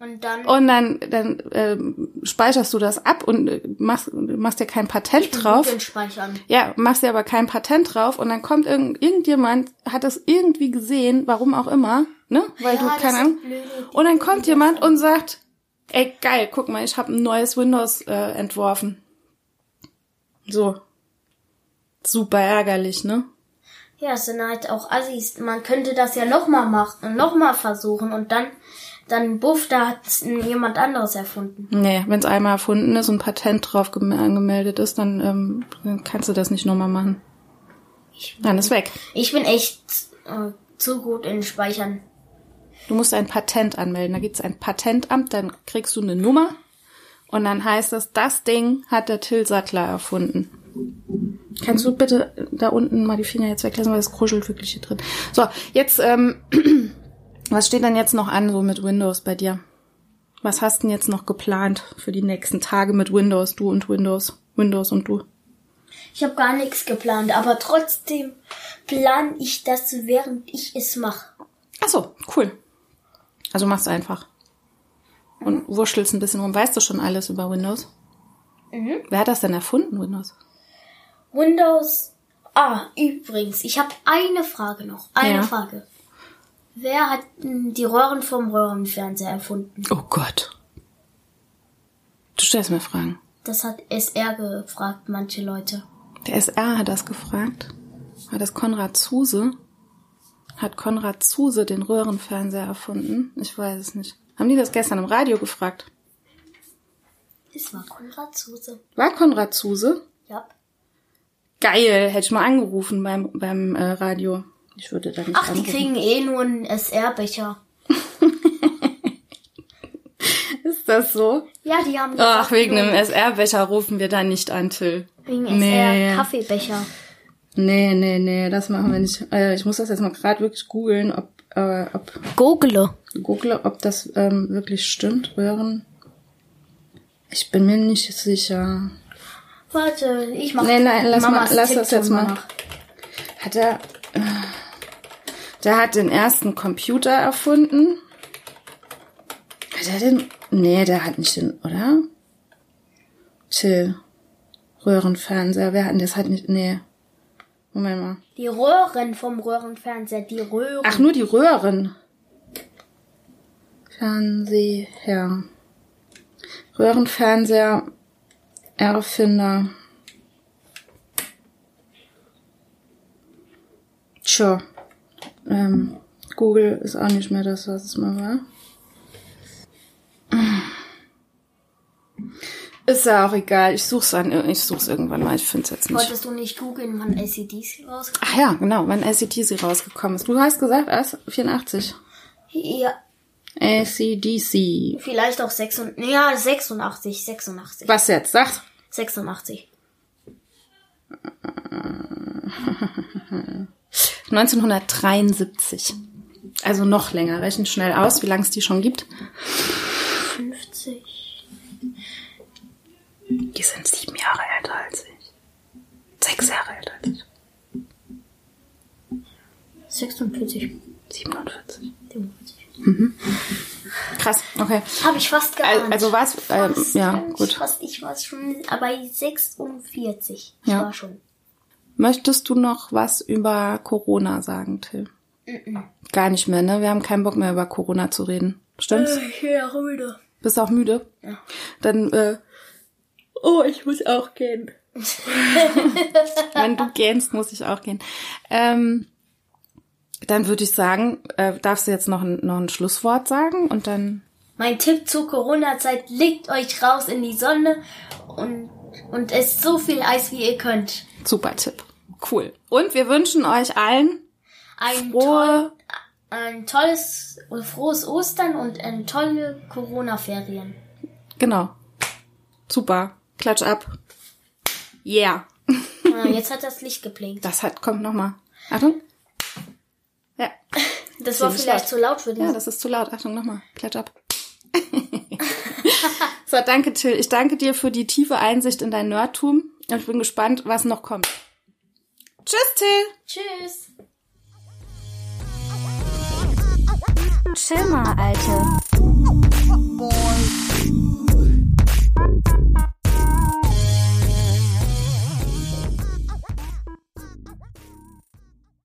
S3: Und dann
S2: und dann, dann ähm, speicherst du das ab und äh, machst, machst dir kein Patent drauf.
S3: den speichern.
S2: Ja, machst dir aber kein Patent drauf und dann kommt irgend, irgendjemand, hat das irgendwie gesehen, warum auch immer, ne? Weil
S3: Ja,
S2: du
S3: das
S2: keine
S3: ist
S2: Ahnung.
S3: blöd.
S2: Und dann kommt jemand und sagt, ey geil, guck mal, ich habe ein neues Windows äh, entworfen. So. Super ärgerlich, ne?
S3: Ja, es sind halt auch Assis. Man könnte das ja nochmal machen und nochmal versuchen und dann, dann buff, da hat jemand anderes erfunden.
S2: Nee, wenn es einmal erfunden ist und Patent drauf gem- angemeldet ist, dann, ähm, dann kannst du das nicht nochmal machen. Dann ist weg.
S3: Ich bin echt äh, zu gut in Speichern.
S2: Du musst ein Patent anmelden. Da gibt's ein Patentamt, dann kriegst du eine Nummer und dann heißt es, das Ding hat der Till Sattler erfunden. Kannst du bitte da unten mal die Finger jetzt weglassen, weil es kruschelt wirklich hier drin. So, jetzt, ähm, was steht denn jetzt noch an so mit Windows bei dir? Was hast denn jetzt noch geplant für die nächsten Tage mit Windows, du und Windows? Windows und du?
S3: Ich habe gar nichts geplant, aber trotzdem plan ich das, während ich es mache.
S2: Ach so, cool. Also mach's einfach. Und wurschtelst ein bisschen rum. Weißt du schon alles über Windows?
S3: Mhm.
S2: Wer hat das denn erfunden, Windows?
S3: Windows. Ah, übrigens, ich habe eine Frage noch. Eine
S2: Ja.
S3: Frage. Wer hat m, die Röhren vom Röhrenfernseher erfunden?
S2: Oh Gott. Du stellst mir Fragen.
S3: Das hat SR gefragt, manche Leute.
S2: Der SR hat das gefragt. War das Konrad Zuse? Hat Konrad Zuse den Röhrenfernseher erfunden? Ich weiß es nicht. Haben die das gestern im Radio gefragt?
S3: Es war Konrad Zuse.
S2: War Konrad Zuse?
S3: Ja.
S2: Geil, hätte ich mal angerufen beim, beim äh, Radio. Ich würde da nicht
S3: Ach, die
S2: anrufen.
S3: kriegen eh nur einen SR-Becher.
S2: Ist das so?
S3: Ja, die haben
S2: Ach,
S3: gesagt,
S2: wegen
S3: nur
S2: dem SR-Becher rufen wir da nicht an, Till.
S3: wegen
S2: Nee.
S3: SR-Kaffeebecher.
S2: Nee, nee, nee, das machen wir nicht. Äh, ich muss das jetzt mal gerade wirklich googeln, ob, äh, ob,
S3: Google.
S2: google, ob das ähm, wirklich stimmt, Röhren. Ich bin mir nicht sicher.
S3: Warte, ich mach
S2: Nee, nein, lass mal- lass das jetzt
S3: zum
S2: mal.
S3: nach.
S2: Hat er, äh, der hat den ersten Computer erfunden. Hat er den, nee, der hat nicht den, oder? Till. Röhrenfernseher, wer hat denn, das hat nicht, nee. Moment mal.
S3: Die Röhren vom Röhrenfernseher, die Röhren.
S2: Ach, nur die Röhren. Fernseher. Röhrenfernseher. Erfinder. Tja. Ähm, Google ist auch nicht mehr das, was es mal war. Ist ja auch egal. Ich such's an, ich such's irgendwann mal. Ich find's jetzt nicht.
S3: Wolltest du nicht googeln, wann LCDs rauskommen?
S2: Ach ja, genau, wann ACDC rausgekommen ist. Du hast gesagt, erst 84.
S3: Ja,
S2: ACDC.
S3: vielleicht auch 86. Ja, 86, 86.
S2: Was jetzt? Sag.
S3: 86.
S2: 1973. Also noch länger. Rechnen schnell aus, wie lange es die schon gibt.
S3: 50.
S2: Die sind sieben Jahre älter als ich. Sechs Jahre älter als ich.
S3: 46.
S2: 47.
S3: 47.
S2: Krass, okay.
S3: Habe ich fast
S2: Al-
S3: geahnt.
S2: Also was? Ähm,
S3: Fast,
S2: ja,
S3: ich
S2: gut.
S3: Fast, ich war schon bei 46. Ich
S2: Ja.
S3: war schon.
S2: Möchtest du noch was über Corona sagen, Till? Gar nicht mehr, ne? Wir haben keinen Bock mehr über Corona zu reden. Stimmt's?
S3: Ich bin auch müde.
S2: Bist auch müde? Ja. Dann, äh, oh, ich muss auch gehen. Wenn du gähnst, muss ich auch gehen. Ähm, dann würde ich sagen, äh, darfst du jetzt noch ein, noch ein Schlusswort sagen und dann
S3: Mein Tipp zur Corona-Zeit, legt euch raus in die Sonne und, und esst so viel Eis, wie ihr könnt.
S2: super Tipp. Cool. Und wir wünschen euch allen
S3: Ein,
S2: frohe,
S3: toll, ein tolles, frohes Ostern und eine tolle Corona-Ferien.
S2: genau, super, klatsch ab. Yeah.
S3: Ah, Jetzt hat das Licht geblinkt.
S2: Das hat, kommt nochmal. Achtung. Ja.
S3: Das war
S2: ziemlich
S3: vielleicht
S2: laut.
S3: zu laut für den
S2: Ja, das ist zu laut. Achtung, nochmal. Klatsch ab. so, danke, Till. Ich danke dir für die tiefe Einsicht in dein Nerdtum. Und ich bin gespannt, was noch kommt. Tschüss, Till.
S3: Tschüss.
S5: Chill mal, Alte.